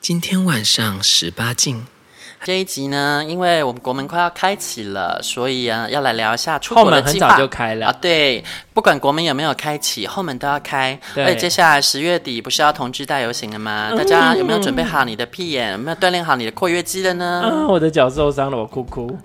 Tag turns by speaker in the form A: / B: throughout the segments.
A: 今天晚上十八禁，
B: 这一集呢，因为我们国门快要开启了，所以啊，要来聊一下出
C: 后
B: 国的
C: 门很
B: 计
C: 早
B: 划
C: 就开
B: 啊。
C: 了，
B: 对，不管国门有没有开启，后门都要开。
C: 对嗯
B: 而且接下来十月底不是要同志大游行了吗？大家有没有准备好你的屁眼？有没有锻炼好你的括约肌了呢？
C: 啊，我的脚受伤了，我哭哭。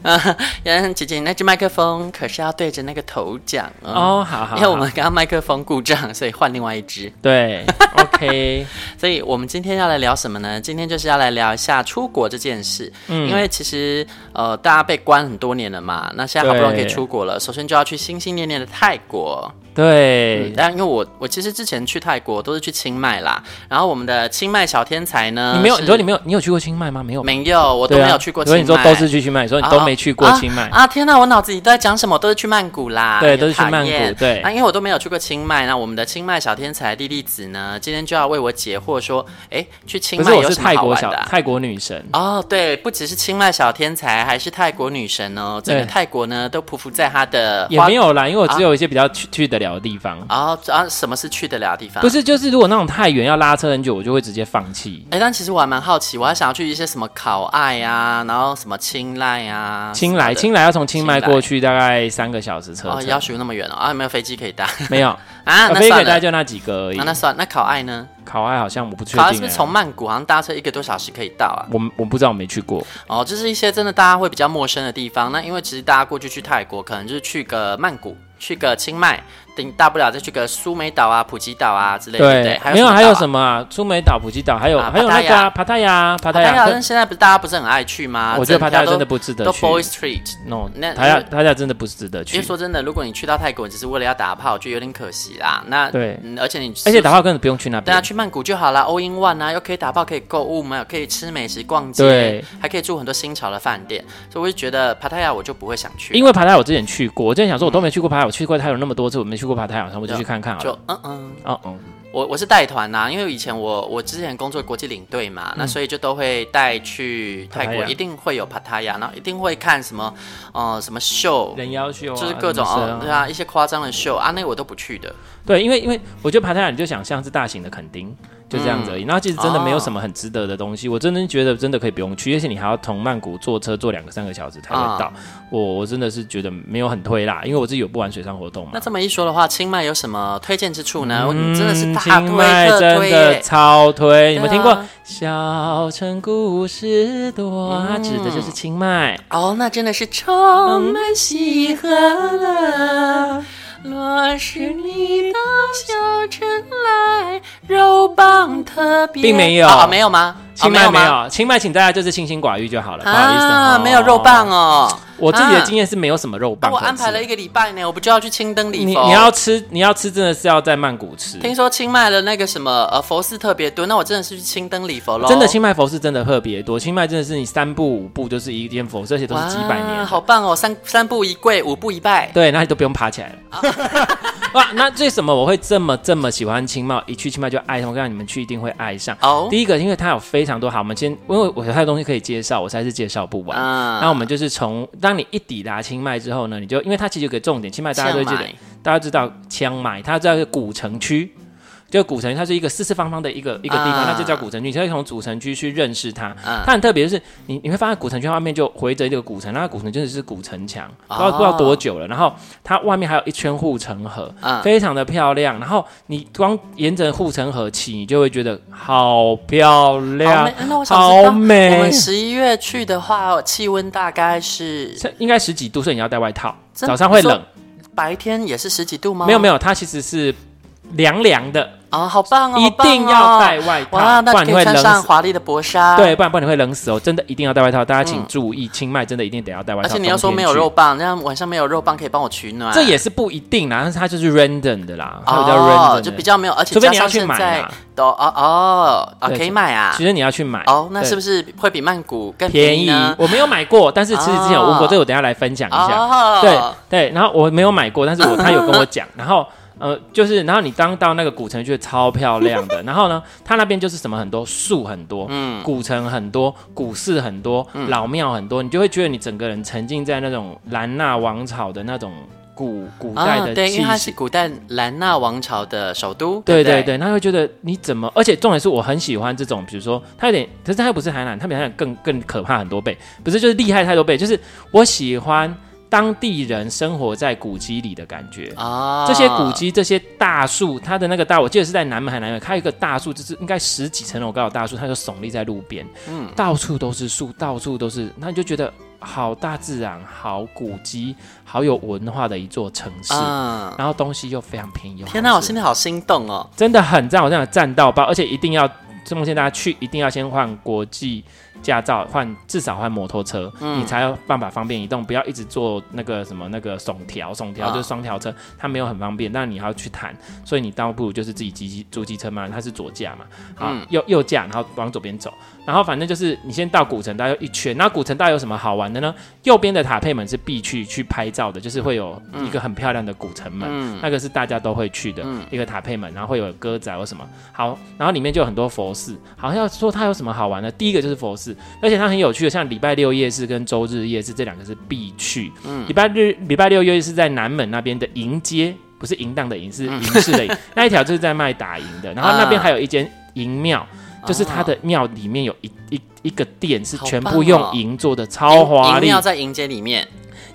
B: 杨、姐姐，你那只麦克风可是要对着那个头讲、嗯、
C: 哦，好好，
B: 因为我
C: 好
B: 们刚刚麦克风故障，所以换另外一只。
C: 对，OK，
B: 所以我们今天要来聊什么呢？今天就是要来聊一下出国这件事，
C: 嗯
B: 因为其实呃大家被关很多年了嘛，那现在好不容易可以
C: 对
B: 出国了，首先就要去心心念念的泰国。嗯
C: 对，
B: 但因为我我其实之前去泰国都是去清迈啦，然后我们的清迈小天才呢，
C: 你没有，
B: 嗯是
C: 你说你没有，你有去过清迈吗？没有，
B: 没有，我都
C: 对啊
B: 没有去过
C: 所
B: 清
C: 以
B: 迈，哦
C: 你说都是去清迈，你说你都没去过清迈，
B: 啊啊啊！天哪，我脑子里都在讲什么？都是去曼谷啦，
C: 对
B: 哎呀
C: 都是去曼谷
B: 讨厌
C: 对
B: 啊，因为我都没有去过清迈，那我们的清迈小天才莉莉子呢，今天就要为我解惑说，哎，去清
C: 可
B: 迈
C: 是我
B: 有
C: 是
B: 什么
C: 泰
B: 好
C: 国
B: 玩
C: 小
B: 的啊？
C: 泰国女神，
B: 哦，对，不只是清迈小天才，还是泰国女神哦，整个
C: 对
B: 泰国呢都匍匐在她的
C: 也
B: 花
C: 没有啦，因为我只有一些比较去去得了的地方。
B: 啊啊，什么是去得了的地方？
C: 不是，就是如果那种太远要拉车很久，我就会直接放弃。
B: 哎，但其实我还蛮好奇，我还想要去一些什么考爱啊，然后什么青睐啊，
C: 清
B: 什么
C: 莱，
B: 的
C: 清莱要从清迈
B: 清莱
C: 过去大概三个小时车
B: 哦，要
C: 程，
B: 求那么远哦，啊，没有飞机可以搭
C: 没有，
B: 啊， 那
C: 飞
B: 算
C: 给大概，
B: 了
C: 就那几个而已
B: 啊。那算了，那考爱呢？
C: 考爱好像我不确
B: 考爱是
C: 定
B: 不是
C: 欸，
B: 从曼谷好像搭车一个多小时可以到啊？
C: 我我不知道，我没去过。
B: 哦，就是一些真的大家会比较陌生的地方。那因为其实大家过去去泰国，可能就是去个曼谷，去个清迈，顶大不了再去个苏梅岛啊、普吉岛啊之类的。对不对，还
C: 没有还有什么
B: 么
C: 啊？苏梅岛、普吉岛，还有
B: 啊
C: 还有那个啊帕塔亚，帕塔
B: 岛啊？帕
C: 亚
B: 塔亚
C: 可，
B: 现在不是大家不是很爱去吗？
C: 我觉得帕塔
B: 大
C: 亚
B: 家
C: 真的不值得
B: 都
C: 去。
B: Boy Street。
C: no，
B: 那
C: 帕
B: 因
C: 亚
B: 为
C: 帕塔亚真的不值得
B: 因
C: 去
B: 为，说真的，如果你去到泰国，只是为了要打炮，就有点可惜啦。那
C: 对
B: 嗯而且你
C: 而且打炮根本不用去那
B: 对啊，
C: 边。
B: 去曼谷就好啦 a l l in one 啊，又可以打包，可以购物嘛，可以吃美食、逛街
C: 对，
B: 还可以住很多新潮的饭店，所以我就觉得帕塔亚我就不会想去，嗯
C: 因为帕塔亚我之前去过，我之前想说我都没去过帕塔亚，我去过泰有那么多次，我没去过帕塔亚，然后我就去看看好
B: 就
C: 了。
B: 嗯嗯，
C: 哦哦，
B: 我我是带团呐，因为以前我我之前工作国际领队嘛，那所以就都会带去
C: 嗯帕
B: 泰
C: 塔
B: 国，
C: 亚
B: 一定会有帕塔亚，然后一定会看什么呃什么秀。
C: 人妖秀啊
B: 就是各种
C: 什么
B: 哦，
C: 蛇
B: 对啊，一些夸张的秀啊，那个我都不去的。
C: 对，因为因为我觉得爬泰亚你就想像是大型的垦丁，就这样子而已。
B: 嗯
C: 然后其实真的
B: 哦
C: 没有什么很值得的东西，我真的觉得真的可以不用去，而且你还要从曼谷坐车坐两个三个小时才会
B: 啊
C: 到。我我真的是觉得没有很推啦，因为我自己有不玩水上活动嘛
B: 那。这么一说的话，清迈有什么推荐之处呢？我
C: 嗯
B: 真的是大推
C: 清迈
B: 特
C: 真
B: 推耶
C: 的超推，你
B: 对
C: 们
B: 啊
C: 听过《小城故事多》
B: 嗯
C: 它指的就是清迈。
B: 哦，那真的是充满喜和乐。若是你到小城来，肉棒特别。
C: 并没有
B: 啊，没有吗？
C: 清
B: 哦
C: 迈没
B: 吗
C: 有，清迈请大家就是清心寡欲就好了，不好意思
B: 啊，
C: 哦
B: 没有肉棒。哦。
C: 我自己的经
B: 验，
C: 验是没有什么肉棒
B: 我
C: 可吃的。
B: 安排了一个礼拜呢，我不就要去青灯礼
C: 你
B: 佛？
C: 你要吃，你要吃，真的是要在曼谷吃。
B: 听说清迈的那个什么呃佛寺特别多，那我真的是去青灯礼佛喽。
C: 真的，清迈佛寺真的特别多。清迈真的是你三步五步就是一间佛寺，而且都是
B: 哇，
C: 几百年的。
B: 好棒哦！三三步一跪，五步一拜。
C: 对，那你都不用爬起来了。 哇，那为什么我会这么这么喜欢清迈？一去清迈就爱上，我告诉你们去一定会爱上。
B: 哦
C: 第一个，因为它有非常多好，我们先，因为我有太多东西可以介绍，我实在是介绍不完。
B: 啊
C: 那我们就是从当你一抵达清迈之后呢，你就因为它其实有个重点，清迈大家都会记
B: 清
C: 得
B: 迈，
C: 大家知道清迈，它在古城区。就古城，它是一个四四方方的一个一个地方，
B: 啊
C: 那就叫古城区。你可以从古城区去认识它。
B: 啊
C: 它很特别，就是你你会发现古城区外面就围着一个古城，那古城真的是古城墙，不
B: 哦
C: 知道、不知道多久了。然后它外面还有一圈护城河，
B: 啊
C: 非常的漂亮。然后你光沿着护城河骑，你就会觉得好漂
B: 好
C: 亮
B: 美，，那我想知道
C: 啊好
B: 我
C: 美
B: 们。十一月去的话，气温大概是
C: 这应该十几度，所以你要带外套，
B: 真
C: 早上会冷。
B: 白天也是十几度吗？
C: 没有没
B: 有
C: 有，它其实是凉凉的，
B: 啊，好棒哦，
C: 一定要带外
B: 好棒哦。
C: 套，
B: 哇，那
C: 不然
B: 可
C: 你
B: 以
C: 会
B: 穿
C: 冷
B: 上
C: 死。
B: 华丽的薄纱。
C: 对，，不然不然你会冷死哦！真的一定要带外套，大家请注意，清迈真的一定得要带外套。
B: 嗯而且你要说
C: 冬天
B: 没有
C: 去
B: 肉棒，这样晚上没有肉棒可以帮我取暖。
C: 这也是不一定啦，但是它就是 random 的啦，它有叫 random，
B: 哦
C: 的、，
B: 就比较没有，而且
C: 除非
B: 加
C: 你要
B: 上
C: 去
B: 现
C: 买
B: 在
C: 啦。
B: 都哦哦啊，
C: 对
B: 可以买啊
C: 其。实你要去买
B: 哦，那是不
C: 是
B: 是会比曼谷更
C: 便宜
B: 宜呢？？
C: 我没有买过，但是其实之前有问过，
B: 哦
C: 这个我等一下来分享一下。
B: 哦，
C: 对对，然后我没有买过，但是我他有跟我 讲，然后。呃，就是，然后你当到那个古城，觉得超漂亮 的。然后呢，它那边就是什么很多树很多，嗯，古城很多，古寺很
B: 嗯
C: 多，老庙很多，你就会觉得你整个人沉浸在那种兰纳王朝的那种古古代
B: 啊，
C: 的
B: 对，因
C: 气
B: 为它
C: 息
B: 是。古代兰纳王朝的首都，
C: 对
B: 对
C: 对
B: 不
C: 对，
B: 对，
C: 他会觉得你怎么？而且重点是我很喜欢这种，比如说他有点，可是他又不是海南，他比海南更更可怕很多倍，不是就是厉害太多倍，就是我喜欢当地人生活在古迹里的感觉。
B: 啊，
C: 这些古迹、这些大树，它的那个大，我记得是在南门还是南门，它有一个大树，就是应该十几层楼高的大树，它就耸立在路边，嗯，到处都是树，到处都是，那你就觉得好大自然，好古迹，好有文化的一座城市，
B: 嗯，
C: 然后东西又非常便宜。又好
B: 天哪，我
C: 吃
B: 现在好心动哦！
C: 真的很赞，我真的赞到爆，而且一定要奉劝大家去，一定要先换国际驾照，换至少换摩托车，你才有办法方便移动，不要一直坐那个什么那个耸条，耸条
B: 啊
C: 就是双条车，它没有很方便，但你要去谈，所以你倒不如就是自己骑租机车嘛，它是左驾嘛，好、右右驾，然后往左边走，然后反正就是你先到古城大概一圈，那古城大概有什么好玩的呢？右边的塔佩门是必去去拍照的，就是会有一个很漂亮的古城门，那个是大家都会去的一个塔佩门，然后会有歌仔或什么好，然后里面就有很多佛寺。好像要说它有什么好玩的，第一个就是佛寺，而且它很有趣的，像礼拜六夜市跟周日夜市这两个是必去。礼拜日、礼拜六夜市在南门那边的银街，不是淫荡的淫，是银饰的银， 那一条就是在卖打银的，然后那边
B: 啊
C: 还有一间银庙。就是
B: 哦
C: 它的庙里面有一一一个殿是全部用银做的，超华
B: 哦银
C: 丽
B: 庙。在迎街里面，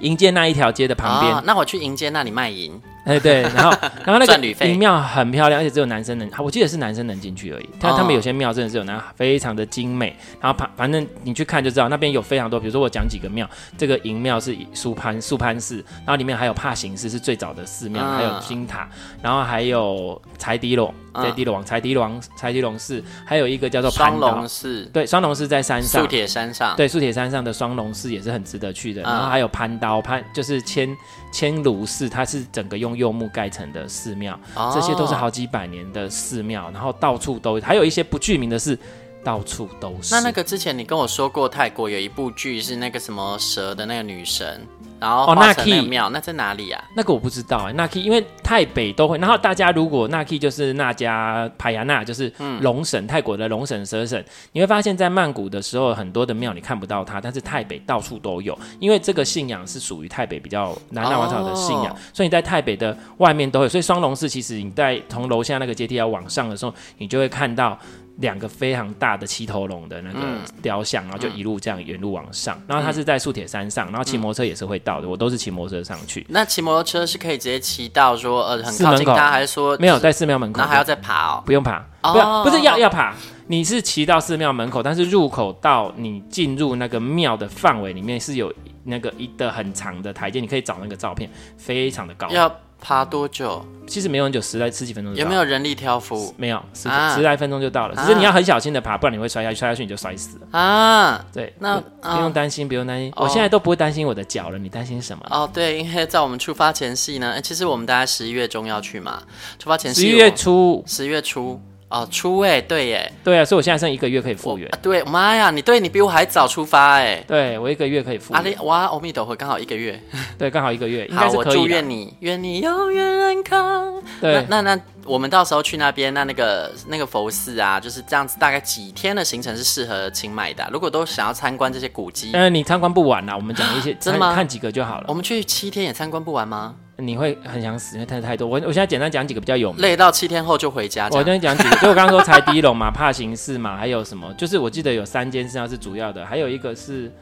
C: 银街那一条街的旁边
B: 啊，那我去迎接那里卖淫，
C: 哎、对， 然后然后那个
B: 赚旅费
C: 银庙很漂亮，而且只有男生能，啊我记得是男生能进去而已。但
B: 哦
C: 他们有些庙真的是有那非常的精美，然后反反正你去看就知道，那边有非常多，比如说我讲几个庙，这个银庙是以苏潘苏潘寺，然后里面还有帕行寺是最早的寺庙，
B: 嗯
C: 还有金塔，然后还有柴迪龙，
B: 嗯
C: 柴迪龙柴迪龙柴迪龙寺，还有一个叫做
B: 双
C: 盘岛
B: 龙，寺、
C: 对，双龙寺在山上
B: 素，铁山上，
C: 对，素铁山上的双龙寺也是很值得去的，
B: 啊
C: 然后还有攀刀攀，就是千千炉寺，它是整个用柚木盖成的寺庙，
B: 哦
C: 这些都是好几百年的寺庙，然后到处都，还有一些不具名的寺，到处都是。
B: 那那个之前你跟我说过，泰国有一部剧是那个什么蛇的那个女神，然后
C: 哦
B: 化成那个
C: Naki
B: 庙，那在哪里啊？
C: 那个我不知道哎、那 k 因为泰北都会，然后大家如果那 k 就是那家帕亚纳，就是龙神、泰国的龙神蛇神，你会发现在曼谷的时候，很多的庙你看不到它，但是泰北到处都有，因为这个信仰是属于泰北比较南大王朝的信仰，
B: 哦
C: 所以你在泰北的外面都有，所以双龙寺其实你在从楼下那个阶梯要往上的时候，你就会看到。两个非常大的七头龙的那个雕像，然后就一路这样沿路往上，然后它是在素铁山上，然后骑摩托车也是会到的，我都是骑摩托车上去。
B: 那骑摩托车是可以直接骑到说呃很
C: 寺
B: 靠
C: 门
B: 近
C: 口
B: 它，还呃是说
C: 没有？在寺庙门口，
B: 然后还要再爬哦？
C: 不用爬，
B: 哦
C: 不要不是要要爬，你是骑到寺庙门口，但是入口到你进入那个庙的范围里面是有那个一个很长的台阶，你可以找那个照片，非常的高，
B: 要爬多久？
C: 其实没有很久，十来十几分钟就到
B: 有没有人力挑夫
C: 没有十
B: 啊
C: 十来分钟就到了，只是你要很小心的爬，不然你会摔下去，摔下去你就摔死了。
B: 啊？
C: 对，
B: 那
C: 不不用
B: 啊
C: 担心，不用担心，
B: 哦
C: 我现在都不会担心我的脚了，你担心什么？
B: 哦，对，因为在我们出发前夕呢，诶呃其实我们大概十一月中要去嘛，出发前夕
C: 十一月
B: 我
C: 初，
B: 十月初
C: 嗯
B: 哦，初哎，对耶，
C: 对啊，所以我现在剩一个月可以
B: 我
C: 复原
B: 啊，对，妈呀，你对你比我还早出发哎，
C: 对我一个月可以复
B: 阿
C: 原
B: 里，哇，阿弥陀佛，刚好一个月，
C: 对，刚好一个月，嗯应
B: 啊好，
C: 该是
B: 我
C: 可
B: 祝
C: 以的
B: 愿。你，愿你永远安康。
C: 对，
B: 那那那我们到时候去那边，那那个那个佛寺啊，就是这样子，大概几天的行程是适合清迈的啊、如果都想要参观这些古迹，
C: 呃，你参观不完啦，我们讲一些，
B: 真
C: 看
B: 的吗哦
C: 看几个就好了
B: 我。们去七天也参观不完吗？
C: 你会很想死，因为太太多。我我现在简单讲几个比较有名。
B: 累到七天后就回家这
C: 我
B: 样。
C: 跟你讲几个，就我刚刚说柴迪龙嘛、 帕行寺嘛，还有什么？就是我记得有三间寺庙是主要的，还有一个是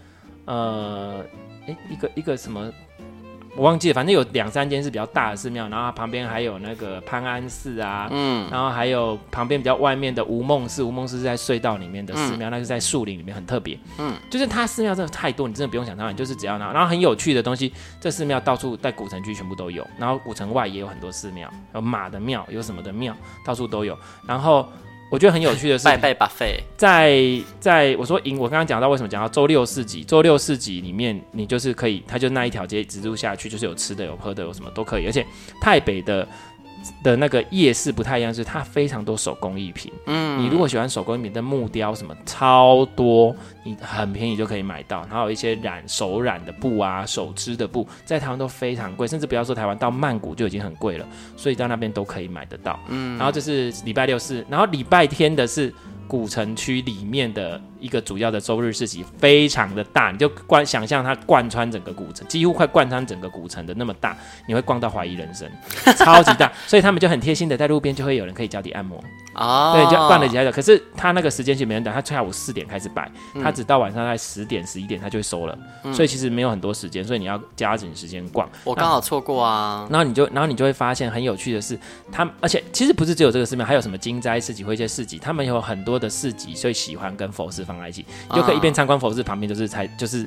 C: 呃，诶，一个一个什么，我忘记了，反正有两三间是比较大的寺庙，然后它旁边还有那个潘安寺啊，
B: 嗯，
C: 然后还有旁边比较外面的吴梦寺，吴梦寺是在隧道里面的寺庙，那个是在树林里面，很特别。
B: 嗯
C: 嗯，就是它寺庙真的太多，你真的不用想它，你就是只要拿。然后很有趣的东西，这寺庙到处在古城区全部都有，然后古城外也有很多寺庙，有马的庙，有什么的庙，到处都有。然后我觉得很有趣的是，
B: 拜拜吧费
C: 在在我说营，我刚刚讲到为什么讲到周六市集，周六市集里面你就是可以，它就那一条街直路下去，就是有吃的、有喝的、有什么都可以，而且台北的。的那个夜市不太一样，就是它非常多手工艺品。嗯，你如果喜欢手工艺品的木雕什么，超多，你很便宜就可以买到。然后有一些染手染的布啊、手织的布，在台湾都非常贵，甚至不要说台湾，到曼谷就已经很贵了，所以到那边都可以买得到。嗯，然后这是礼拜六是，然后礼拜天的是古城区里面的一个主要的周日市集，非常的大，你就贯想象它贯穿整个古城，几乎快贯穿整个古城的那么大，你会逛到怀疑人生，超级大。所以他们就很贴心的在路边就会有人可以脚底按摩，
B: 哦，
C: 对，就灌了几下脚。可是他那个时间其实没人等，他下午四点开始摆，他只到晚上在十点十一点他就会收了，所以其实没有很多时间，所以你要加紧时间逛。
B: 我刚好错过啊，
C: 然后你就，然后你就会发现很有趣的是，他们而且其实不是只有这个寺庙，还有什么金斋市集或一些市集，他们有很多的市集，所以喜欢跟佛寺放在一起，
B: 啊
C: 你就可以一边参观佛寺，旁边就是菜就是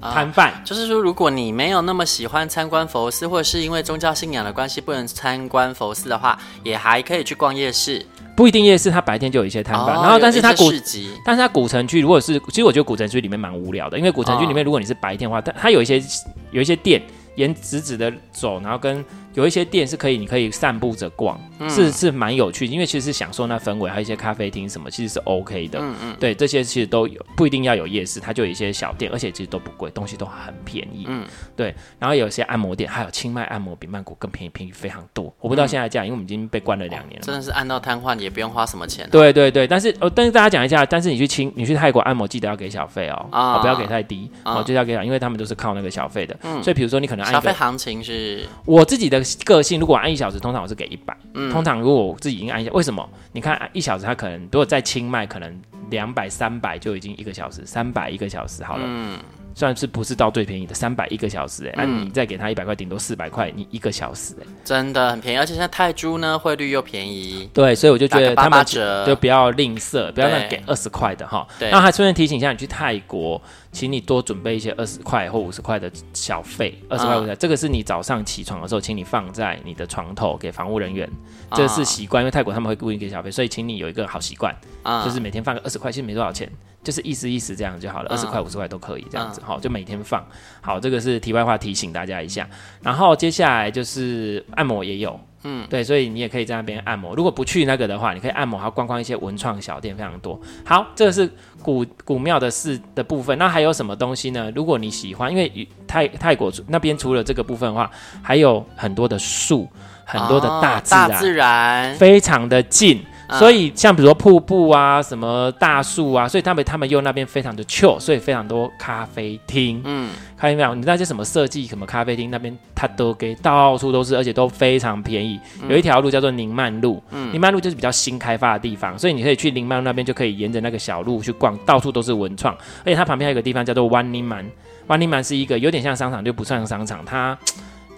C: 摊贩。
B: 就是说，如果你没有那么喜欢参观佛寺，或者是因为宗教信仰的关系不能参观佛寺的话，也还可以去逛夜市。
C: 不一定夜市，它白天就有一些摊贩，
B: 哦
C: 然后但
B: 有
C: 是
B: 一
C: 它
B: 些
C: 古
B: 市集
C: 但是它古城区如果是，其实我觉得古城区里面蛮无聊的，因为古城区里面如果你是白天的话，它它有一些有一些店沿直直的走，然后跟有一些店是可以你可以散步着逛，是是蛮有趣的，因为其实是享受那氛围，还有一些咖啡厅什么其实是 OK 的，嗯嗯，对，这些其实都有，不一定要有夜市，它就有一些小店，而且其实都不贵，东西都很便宜，嗯，对，然后有一些按摩店，还有清迈按摩比曼谷更便宜，便宜非常多，我不知道现在这样，因为我们已经被关了两年了嘛。
B: 真的是按到瘫痪也不用花什么钱、啊。
C: 对对对，但是哦，但是大家讲一下，但是你去清，你去泰国按摩，记得要给小费哦，
B: 啊
C: 哦不要给太低，
B: 啊
C: 哦，就是要给小，因为他们都是靠那个小费的，所以比如说你可能按
B: 消
C: 一
B: 费
C: 个，
B: 行情是
C: 我自己的个性，如果按一小时，通常我是给一百、
B: 嗯
C: 通常如果我自己已经按一下，为什么？你看按一小时，他可能如果在清迈，可能两百、三百就已经一个小时，三百一个小时好了。
B: 嗯
C: 算是不是到最便宜的三百一个小时哎、那、你再给他一百块，顶多四百块，你一个小时哎、
B: 真的很便宜，而且现在泰铢呢汇率又便宜，
C: 对，所以我就觉得他
B: 打个八八
C: 们
B: 折
C: 就不要吝啬，不要乱
B: 对
C: 给二十块的哈。
B: 对
C: 然后还顺便提醒一下，你去泰国，请你多准备一些二十块或五十块的小费，二十块
B: 嗯
C: 五十块，这个是你早上起床的时候，请你放在你的床头给房务人员，这是习惯，因为泰国他们会故意给小费，所以请你有一个好习惯，
B: 啊、
C: 就是每天放个二十块，其实没多少钱，就是意思意思这样就好了，二十块五十块都可以这样子，好，就每天放。好，这个是题外话提醒大家一下。然后接下来就是按摩也有。嗯，对，所以你也可以在那边按摩。如果不去那个的话，你可以按摩，还有逛逛一些文创小店，非常多。好，这个是古古庙的事的部分。那还有什么东西呢？如果你喜欢，因为泰泰国那边除了这个部分的话，还有很多的树，很多的大自然，
B: 哦大自然
C: 非常的近。
B: 嗯
C: 所以像比如说瀑布啊，什么大树啊，所以他们他们又那边非常的 chill，所以非常多咖啡厅，嗯，咖啡厅，你那些什么设计什么咖啡厅那边，它都给到处都是，而且都非常便宜。有一条路叫做宁曼路，宁曼路就是比较新开发的地方，所以你可以去宁曼路那边就可以沿着那个小路去逛，到处都是文创，而且它旁边还有一个地方叫做湾宁曼，湾宁曼是一个有点像商场，就不算商场，它。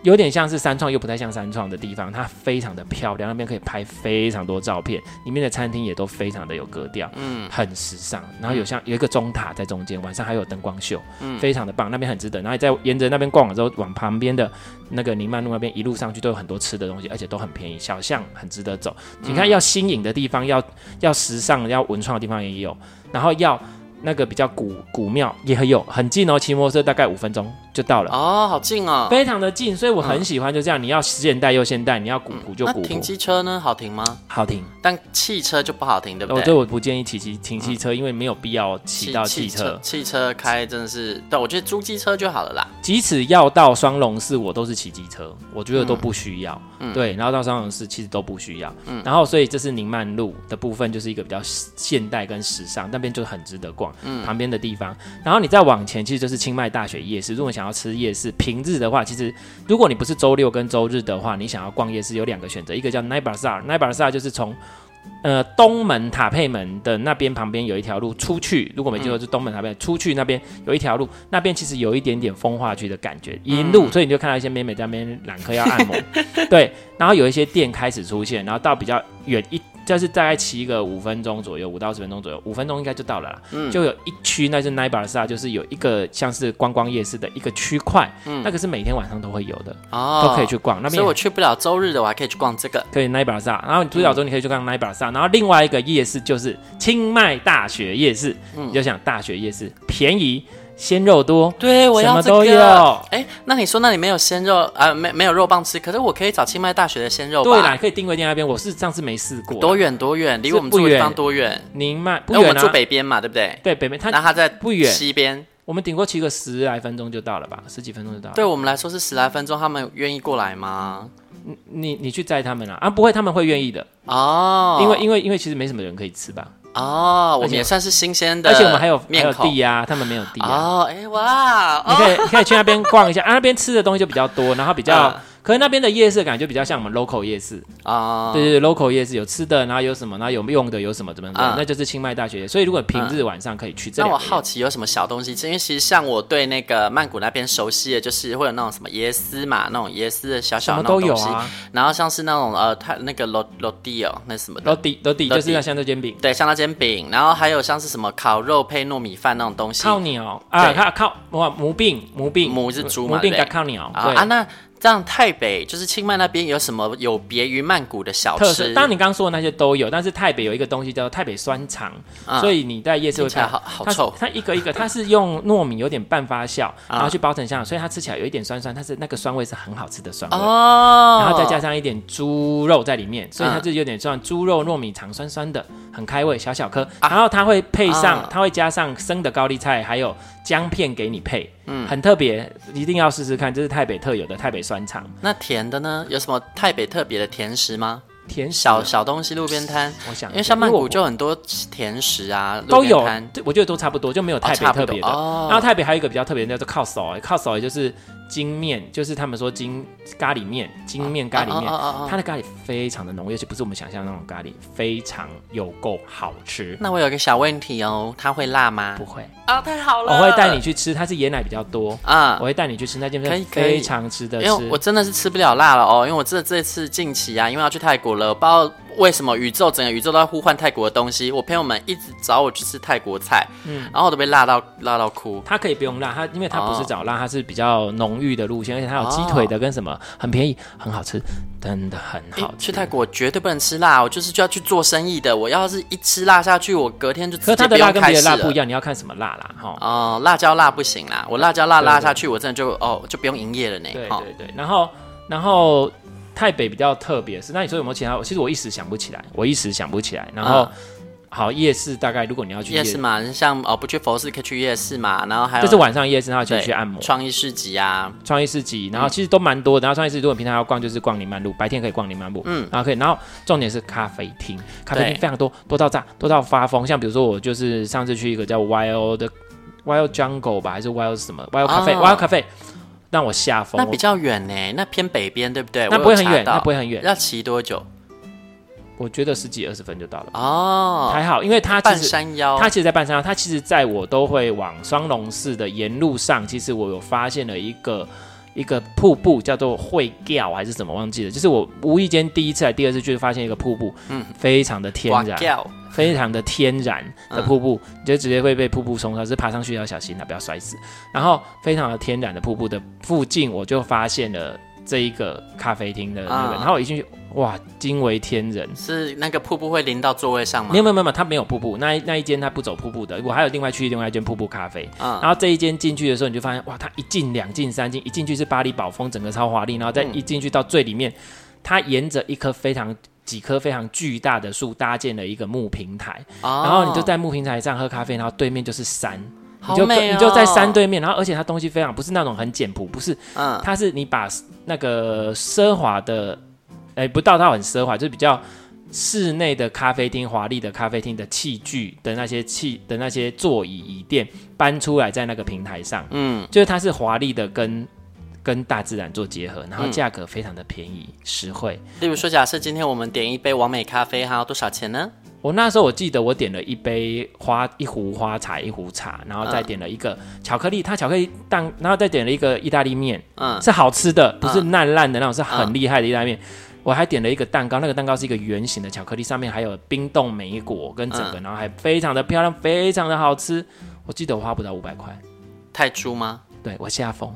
C: 有点像是三创，又不太像三创的地方，它非常的漂亮，那边可以拍非常多照片，里面的餐厅也都非常的有格调，嗯，很时尚。然后有像有一个钟塔在中间，晚上还有灯光秀，嗯，非常的棒，那边很值得。然后你再沿着那边逛完之后，往旁边的那个宁曼路那边一路上去都有很多吃的东西，而且都很便宜，小巷很值得走。你看，要新颖的地方，要要时尚、要文创的地方也有，然后要那个比较古古庙也很有，很近哦，骑摩托车大概五分钟就到了。
B: 哦，好近哦。嗯
C: 非常的近，所以我很喜欢就这样，你要现代又现代，你要古朴就
B: 那
C: 古朴
B: 停，机车呢？好停吗？
C: 好停。
B: 但汽车就不好停，对不
C: 我
B: 对？
C: 所以我不建议骑骑停汽
B: 嗯
C: 车，因为没有必要骑到汽
B: 汽
C: 车。
B: 汽车开真的是，对我觉得租机车就好了啦。
C: 即使要到双龙寺，我都是骑机车，我觉得都不需要。对，然后到双龙寺其实都不需要。然后所以这是宁曼路的部分，就是一个比较现代跟时尚，那边就很值得逛。旁边的地方，然后你再往前，其实就是清迈大学夜市。如果你想要吃夜市，平日的话，其实如果你不是周六跟周日的话，你想要逛夜市有两个选择，一个叫 n a i b a r s a r n a i b a r s a r 就是从呃东门塔佩门的那边旁边有一条路出去，如果没记错是东门塔佩门出去那边有一条路，那边其实有一点点风化区的感觉，一
B: 嗯
C: 路，所以你就看到一些妹妹在那边揽客要 按摩，对，然后有一些店开始出现，然后到比较远一。就是大概骑个五分钟左右，五到十分钟左右，五分钟应该就到了啦。
B: 嗯
C: 就有一区那是 n a i b a r s a 就是有一个像是观光夜市的一个区块，那个是每天晚上都会有的，
B: 嗯哦，
C: 都可以去。逛。那
B: 所以
C: 边
B: 我去不了周日的，我还可以去逛这个。
C: 可以 n a i b a r s a 然后你主角中你可以去逛 n a i b a r s a 然后另外一个夜市就是清迈大学夜市，你就想大学夜市便宜，鲜肉多，
B: 对，我
C: 什
B: 要
C: 么
B: 这个。
C: 都有。
B: 哎，那你说那里没有鲜肉啊、没没有肉棒吃，可是我可以找清迈大学的鲜肉吧？
C: 对啦，你可以定位店那边，我是上次没试过。
B: 多远多远？离
C: 是
B: 我们
C: 不
B: 住的地
C: 远
B: 方多远？
C: 宁迈不
B: 那我
C: 远
B: 们住
C: 啊，
B: 北边嘛，对不对？
C: 对北面，
B: 那
C: 它
B: 它在
C: 不远
B: 西边，
C: 我们顶多骑个十来分钟就到了吧，十几分钟就到了。
B: 对我们来说是十来分钟，他们愿意过来吗？
C: 你你去载他们啦，啊不会，他们会愿意的，
B: 哦，
C: 因为因为因为其实没什么人可以吃吧，
B: 哦，我们也算是新鲜的，
C: 而且我们还有还
B: 呃面
C: 有
B: 孔
C: 地呀，他们没有地啊。
B: 哦，哎哇，
C: 你
B: 哦
C: 可以可以去那边逛一下，啊，那边吃的东西就比较多，然后比较
B: 嗯，
C: 可是那边的夜市感觉比较像我们 local 夜市，
B: 啊，
C: 对对对，local 夜市有吃的，然后有什么，然后有用的，有什么怎么怎么
B: 嗯
C: 样，那就是清迈大学。所以如果平日晚上可以去这
B: 让
C: 两
B: 我
C: 个
B: 好奇有什么小东西吃，因为其实像我对那个曼谷那边熟悉的，就是会有那种什么椰丝嘛，那种椰丝的小
C: 什
B: 小
C: 么
B: 的那种
C: 都有
B: 东西，
C: 啊，
B: 然后像是那种呃，它那个罗罗蒂哦，那什么
C: 楼
B: 的，
C: 底楼底
B: 楼
C: 就
B: 底
C: 是那香蕉煎饼，
B: 对，香辣煎饼，然后还有像是什么烤肉配糯米饭那种东西，
C: 靠鸟啊，
B: 对
C: 靠靠哇，母病母病，
B: 母是猪嘛
C: 母病
B: 对不
C: 加
B: 对
C: 靠鸟，
B: 啊啊，
C: 对，
B: 那这样泰北就是清迈那边有什么有别于曼谷的小
C: 特色。
B: 吃？
C: 当然你刚刚说的那些都有，但是台北有一个东西叫台北酸肠，
B: 嗯
C: 所以你在夜市
B: 听
C: 会
B: 起来
C: 看
B: 好好
C: 它
B: 臭嗯
C: 它一个一个，它是用糯米有点半发酵，然后去包成像，所以它吃起来有一点酸酸，但是那个酸味是很好吃的酸味。
B: 哦，
C: 然后再加上一点猪肉在里面，所以
B: 嗯
C: 它就有点像猪肉糯米肠，酸酸的，很开胃，小小颗。然后它会配上
B: 啊，
C: 它会加上生的高丽菜，还有姜片给你配，嗯，很特别，一定要试试看，这是台北特有的台北酸肠
B: 那甜的呢？有什么泰北特别的甜食吗？
C: 甜食
B: 小，小东西路边摊，
C: 我想
B: 因为像曼
C: 因为
B: 谷
C: 我
B: 就很多甜食啊，路
C: 都
B: 边
C: 有
B: 摊，
C: 对我觉得都差不多，就没有台北
B: 差不多
C: 特别的。
B: 哦
C: 然后台北还有一个比较特别的叫做靠手，靠手就是精面，就是他们说精咖喱面，精面咖喱面
B: 哦哦哦哦哦，
C: 它的咖喱非常的浓郁，而且不是我们想象的那种咖喱，非常有够好吃。
B: 那我有一个小问题哦，它会辣吗
C: 不？会，
B: 啊，太好
C: 我会带你去吃，它是椰奶比较多，
B: 啊
C: 我。会带你去吃那间
B: 可以
C: 店
B: 可以
C: 非常值得
B: 因
C: 吃
B: 为。我真的是吃不了辣了哦，因为我这这次近期啊，因为要去泰国了，我不知道为什么宇宙整个宇宙都在呼唤泰国的东西，我朋友们一直找我去吃泰国菜，嗯，然后我都被辣到辣到哭。
C: 它可以不用辣，它因为它
B: 哦
C: 不是找辣，它是比较浓郁的路线，而且它有鸡腿的跟什么，很便宜，很好吃，真的很
B: 诶
C: 好吃。
B: 去泰国绝对不能吃辣，我就是就要去做生意的。我要是一吃辣下去，我隔天就直
C: 可是
B: 接
C: 它
B: 不
C: 的辣
B: 用
C: 跟
B: 开
C: 别的
B: 始
C: 辣
B: 了。
C: 不一样，你要看什么辣啦，哈。
B: 哦，辣椒辣不行啦，我辣椒辣
C: 对
B: 辣
C: 对
B: 下去，我真的就哦就不用营业了呢。
C: 对
B: 哦
C: 对对，然后然后台北比较特别是，那你说有没有其他？其实我一时想不起来，我一时想不起来。然后、
B: 嗯
C: 好夜市大概如果你要去
B: 夜市嘛，像哦不去佛寺可以去夜市嘛，然后还有
C: 这是晚上夜市，然后就
B: 对
C: 去按摩。
B: 创意市集啊，
C: 创意市集，然后其实都蛮多的。然后创意市集，如果平常要逛，就是逛林曼路，白天可以逛林曼路，嗯，然后可以。然后重点是咖啡厅，咖啡厅
B: 对
C: 非常多，多到炸，多到发疯。像比如说我就是上次去一个叫 Wild 的 Wild Jungle 吧，还是 Wild 什么 Wild 咖啡、
B: 哦
C: Wild 咖啡，让我吓疯。
B: 那比较远呢，那偏北边对不对？
C: 那
B: 我
C: 不会
B: 有
C: 很
B: 查
C: 远，
B: 到
C: 那不会很远，
B: 要骑多久？
C: 我觉得十几二十分就到了，
B: 哦，
C: 还好，因为它其
B: 半
C: 实
B: 山腰，
C: 它其实，在半山腰，它其实在我都会往双龙寺的沿路上，其实我有发现了一个一个瀑布，叫做会吊还是什么忘记了，就是我无意间第一次还第二次去发现一个瀑布，嗯，非常的天
B: 哇嗯
C: 然，
B: 叫
C: 非常的天然的瀑布，你就直接会被瀑布冲刷，是爬上去要小心啊，不要摔死。然后非常的天然的瀑布的附近，我就发现了这一个咖啡厅的那个，
B: 啊
C: 然后我一进去，哇，惊为天人。
B: 是那个瀑布会淋到座位上吗
C: 没有？没有没有，它没有瀑布，那一那一间它不走瀑布的。我还有另外去另外一间瀑布咖啡，
B: 嗯
C: 然后这一间进去的时候，你就发现哇，它一进、两进、三进，一进去是巴黎宝峰，整个超华丽，然后再一进去到最里面，它沿着一棵非常几棵非常巨大的树搭建了一个木平台，
B: 然
C: 然后你就在木平台上喝咖啡，然后对面就是山。
B: 好
C: 你就
B: 美哦
C: 你就在山对面，然后而且它东西非常不是那种很简朴，不是，
B: 嗯
C: 它是你把那个奢华的，哎、不到它很奢华，就是比较室内的咖啡厅、华丽的咖啡厅的器具的那些器的那些座椅椅垫搬出来在那个平台上，
B: 嗯
C: 就是它是华丽的跟跟大自然做结合，然
B: 嗯
C: 后价格非常的便宜、实惠。
B: 例如说，假设今天我们点一杯完美咖啡，还要多少钱呢？
C: 我那时候我记得我点了一杯花一壶花茶一壶茶，然后再点了一个巧克力，它巧克力蛋，然后再点了一个意大利面，
B: 嗯
C: 是好吃的，不是烂烂的那种，是很厉害的意大利面。我还点了一个蛋糕，那个蛋糕是一个圆形的巧克力，上面还有冰冻莓果跟整个，然后还非常的漂亮，非常的好吃。我记得我花不到五百块，
B: 泰铢吗？
C: 对我下风，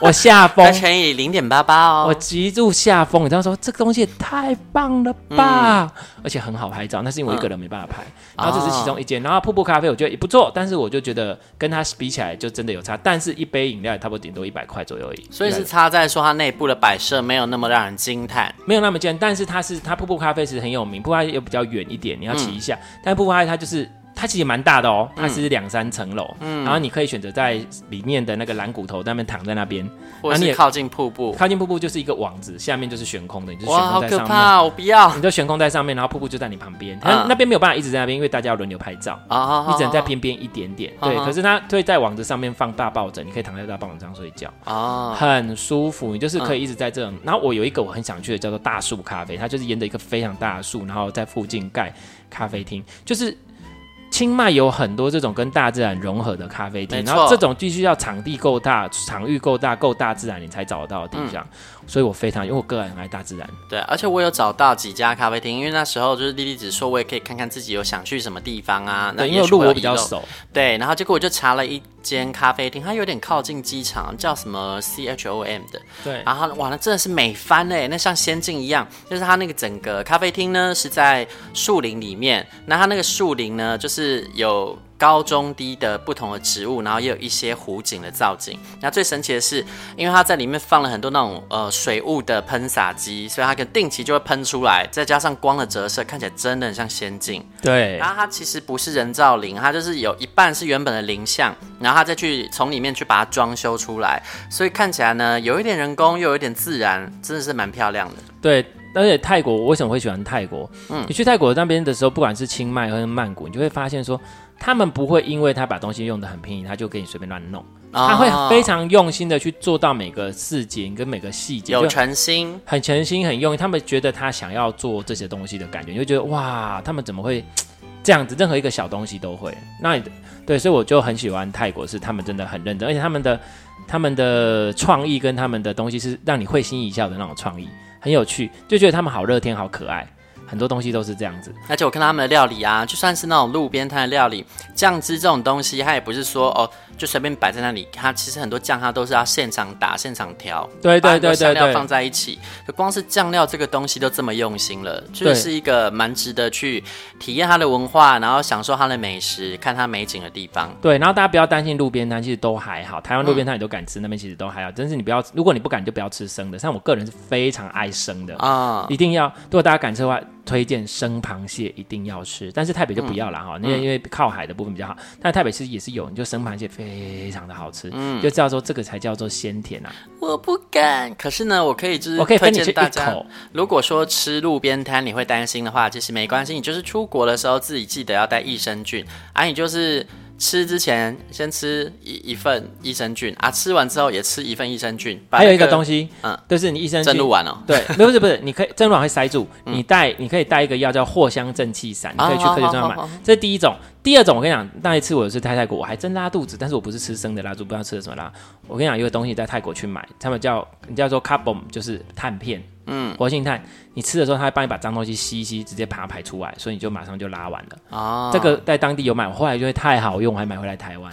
C: 我下风
B: 再，乘以零点八八
C: 我
B: 哦。
C: 极度下风，你知道说这个东西也太棒了
B: 嗯
C: 吧，而且很好拍照，那是因为我一个人没办法拍。
B: 啊
C: 然后这是其中一间，然后瀑布咖啡我觉得也不错，但是我就觉得跟它比起来就真的有差，但是一杯饮料也差不多顶多一百块左右而已，
B: 所以是差在说它内部的摆设没有那么让人惊叹。
C: 没有那
B: 嗯
C: 么简单，但是它是它瀑布咖啡是很有名，瀑布咖啡又比较远一点，你要骑一下，但瀑布咖啡它就是。它其实蛮大的哦，它是两三层楼，
B: 嗯
C: 然后你可以选择在里面的那个蓝骨头那边躺在那边，
B: 或
C: 啊
B: 者
C: 你也
B: 是靠近瀑布，
C: 靠近瀑布就是一个网子，下面就是悬空的，你就是悬
B: 哇，好
C: 空在
B: 可
C: 上面，
B: 怕，我哦不要
C: 你就悬空在上面，然后瀑布就在你旁边，它
B: 嗯
C: 那边没有办法一直在那边，因为大家要轮流拍照。
B: 啊！
C: 你只能在边边一点点，对。
B: 啊哈
C: 可是它会在网子上面放大抱枕，你可以躺在大抱枕上睡觉，
B: 啊，
C: 很舒服。你就是可
B: 嗯
C: 以一直在这种。然后我有一个我很想去的，叫做大树咖啡，它就是沿着一个非常大的树，然后在附近盖咖啡厅，就是。清迈有很多这种跟大自然融合的咖啡厅
B: 没，错
C: 然后这种必须要场地够大、场域够大、够大自然，你才找得到的
B: 嗯
C: 地方。所以我非常，因为我个人很爱大自然，
B: 对，而且我有找到几家咖啡厅，因为那时候就是莉莉只说，我也可以看看自己有想去什么地方啊。那
C: 对，因
B: 也
C: 为
B: 许
C: 路
B: 有
C: 我比较
B: 遗漏
C: 熟，
B: 对，然后结果我就查了一间咖啡厅，它有点靠近机场，叫什么 C H O M 的。
C: 对
B: 然后哇，那真的是美翻嘞，那像仙境一样。就是它那个整个咖啡厅呢是在树林里面，那它那个树林呢就是有。高中低的不同的植物，然后也有一些湖景的造景。那最神奇的是，因为它在里面放了很多那种呃水雾的喷洒机，所以它可能定期就会喷出来，再加上光的折射，看起来真的很像仙境。
C: 对
B: 然后它其实不是人造林，它就是有一半是原本的林像，然后它再去从里面去把它装修出来，所以看起来呢，有一点人工，又有一点自然，真的是蛮漂亮的。
C: 对，而且泰国我为什么会喜欢泰国？
B: 嗯
C: 你去泰国那边的时候，不管是清迈还是曼谷，你就会发现说，他们不会因为他把东西用的很便宜，他就给你随便乱弄，他会
B: 哦
C: 非常用心的去做到每个细节跟每个细节，
B: 有
C: 就
B: 诚心，
C: 很全心很用力。他们觉得他想要做这些东西的感觉，你会觉得哇，他们怎么会？这样子，任何一个小东西都会。那你对，所以我就很喜欢泰国，是他们真的很认真，而且他们的他们的创意跟他们的东西是让你会心一笑的那种创意，很有趣，就觉得他们好乐天，好可爱，很多东西都是这样子。
B: 而且我看到他们的料理啊，就算是那种路边摊的料理，酱汁这种东西，它也不是说哦就随便摆在那里，它其实很多酱它都是要现场打、现场调，
C: 对
B: 把
C: 对
B: 很多
C: 对对
B: 香料放
C: 对，
B: 在一起，就光是酱料这个东西都这么用心了，就
C: 对
B: 是一个蛮值得去体验它的文化，然后享受它的美食，看它美景的地方。
C: 对。然后大家不要担心路边摊，其实都还好，台湾路边摊你都敢吃，那边其实都还好。真是你不要，如果你不敢就不要吃生的，像我个人是非常爱生的
B: 啊、
C: 一定要，如果大家敢吃的话，推荐生螃蟹一定要吃，但是台北就不要
B: 嗯
C: 了哈，因为、因为靠海的部分比较好。但台北其实也是有，你就生螃蟹非常的好吃，
B: 嗯
C: 就知道说这个才叫做鲜甜啊。
B: 我不敢。可是呢，我可以就是
C: 我可以
B: 嗯推
C: 分你吃
B: 荐
C: 一
B: 大家
C: 口，
B: 如果说吃路边摊你会担心的话，其实没关系，你就是出国的时候自己记得要带益生菌，啊，你就是。吃之前先吃一一份益生菌啊，吃完之后也吃一份益生菌。把
C: 还有一
B: 那
C: 个东西，
B: 嗯
C: 就是你益生
B: 正
C: 菌
B: 露。丸哦，
C: 对，不是不是，你可以针卵会塞住，你带你可以带一个药叫藿香正气散，你可以去
B: 啊
C: 科学
B: 嗯好
C: 专
B: 好
C: 买
B: 好好。
C: 这是第一种，第二种我跟你讲，那一次我是在泰国，我还真拉肚子，但是我不是吃生的拉肚，不知道吃的什么拉。我跟你讲，有个东西在泰国去买，他们叫你叫做 carbon，就是碳片，嗯，活性炭。你吃的时候，它会帮你把脏东西吸一吸，直接把它排出来，所以你就马上就拉完了。
B: 啊，
C: 这个在当地有买，我后来就会太好用，我还买回来台 湾，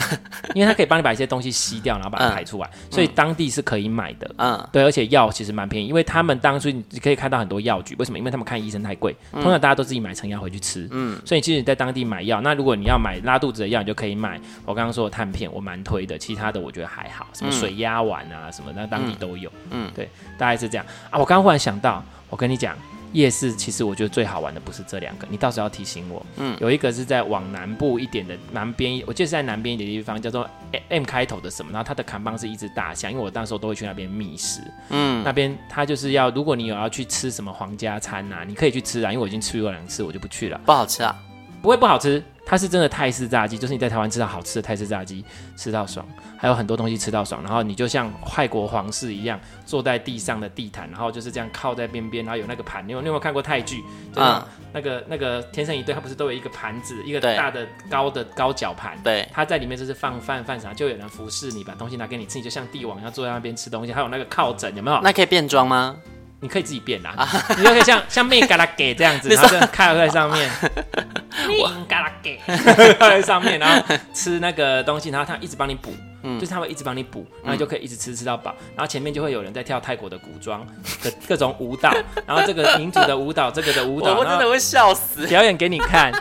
C: 因为它可以帮你把一些东西吸掉，然后把它排出来，所以当地是可以买的。
B: 嗯
C: 对，而且药其实蛮便宜，因为他们当初你可以看到很多药局，为什么？因为他们看医生太贵，通常大家都自己买成药回去吃，嗯，所以其实你在当地买药，那如果你要买拉肚子的药，你就可以买我刚刚说的碳片，我蛮推的，其他的我觉得还好，什么水压丸啊什么，那当地都有，嗯，对，大概是这样啊。我刚刚忽然想到，我跟你讲。夜市其实我觉得最好玩的不是这两个，你到时候要提醒我。嗯，有一个是在往南部一点的南边，我记得是在南边一点的地方叫做 M 开头的什么，然后它的扛棒是一只大象，因为我那时候都会去那边觅食。那边他就是要，如果你有要去吃什么皇家餐呐、你可以去吃啊，因为我已经吃过两次，我就不去了。
B: 不好吃啊，
C: 不会不好吃，它是真的泰式炸鸡，就是你在台湾吃到好吃的泰式炸鸡，吃到爽，还有很多东西吃到爽。然后你就像泰国皇室一样，坐在地上的地毯，然后就是这样靠在边边，然后有那个盘。你有你有没有看过泰剧？就那
B: 嗯
C: 种那个那个天生一对，它不是都有一个盘子，一个
B: 对
C: 大的高的高脚盘，
B: 对，
C: 他在里面就是放饭饭啥，就有人服侍你，把东西拿给你吃，你就像帝王一样坐在那边吃东西，还有那个靠枕，有没有？
B: 那可啊以变装吗？
C: 你可以自己变啦，你就可以像像妹嘎啦给这样 子，然后这样靠在上面， 命嘎啦给靠在上面，然后吃那个东西，然后他一直帮你补。
B: 嗯
C: 就是他会一直帮你补，然后你就可以一直吃吃到饱，然后前面就会有人在跳泰国的古装， 各各种舞蹈，然后这个民族的舞蹈，这个的舞
B: 我
C: 蹈，
B: 我真
C: 然
B: 的
C: 后
B: 会笑死。
C: 表演给你看。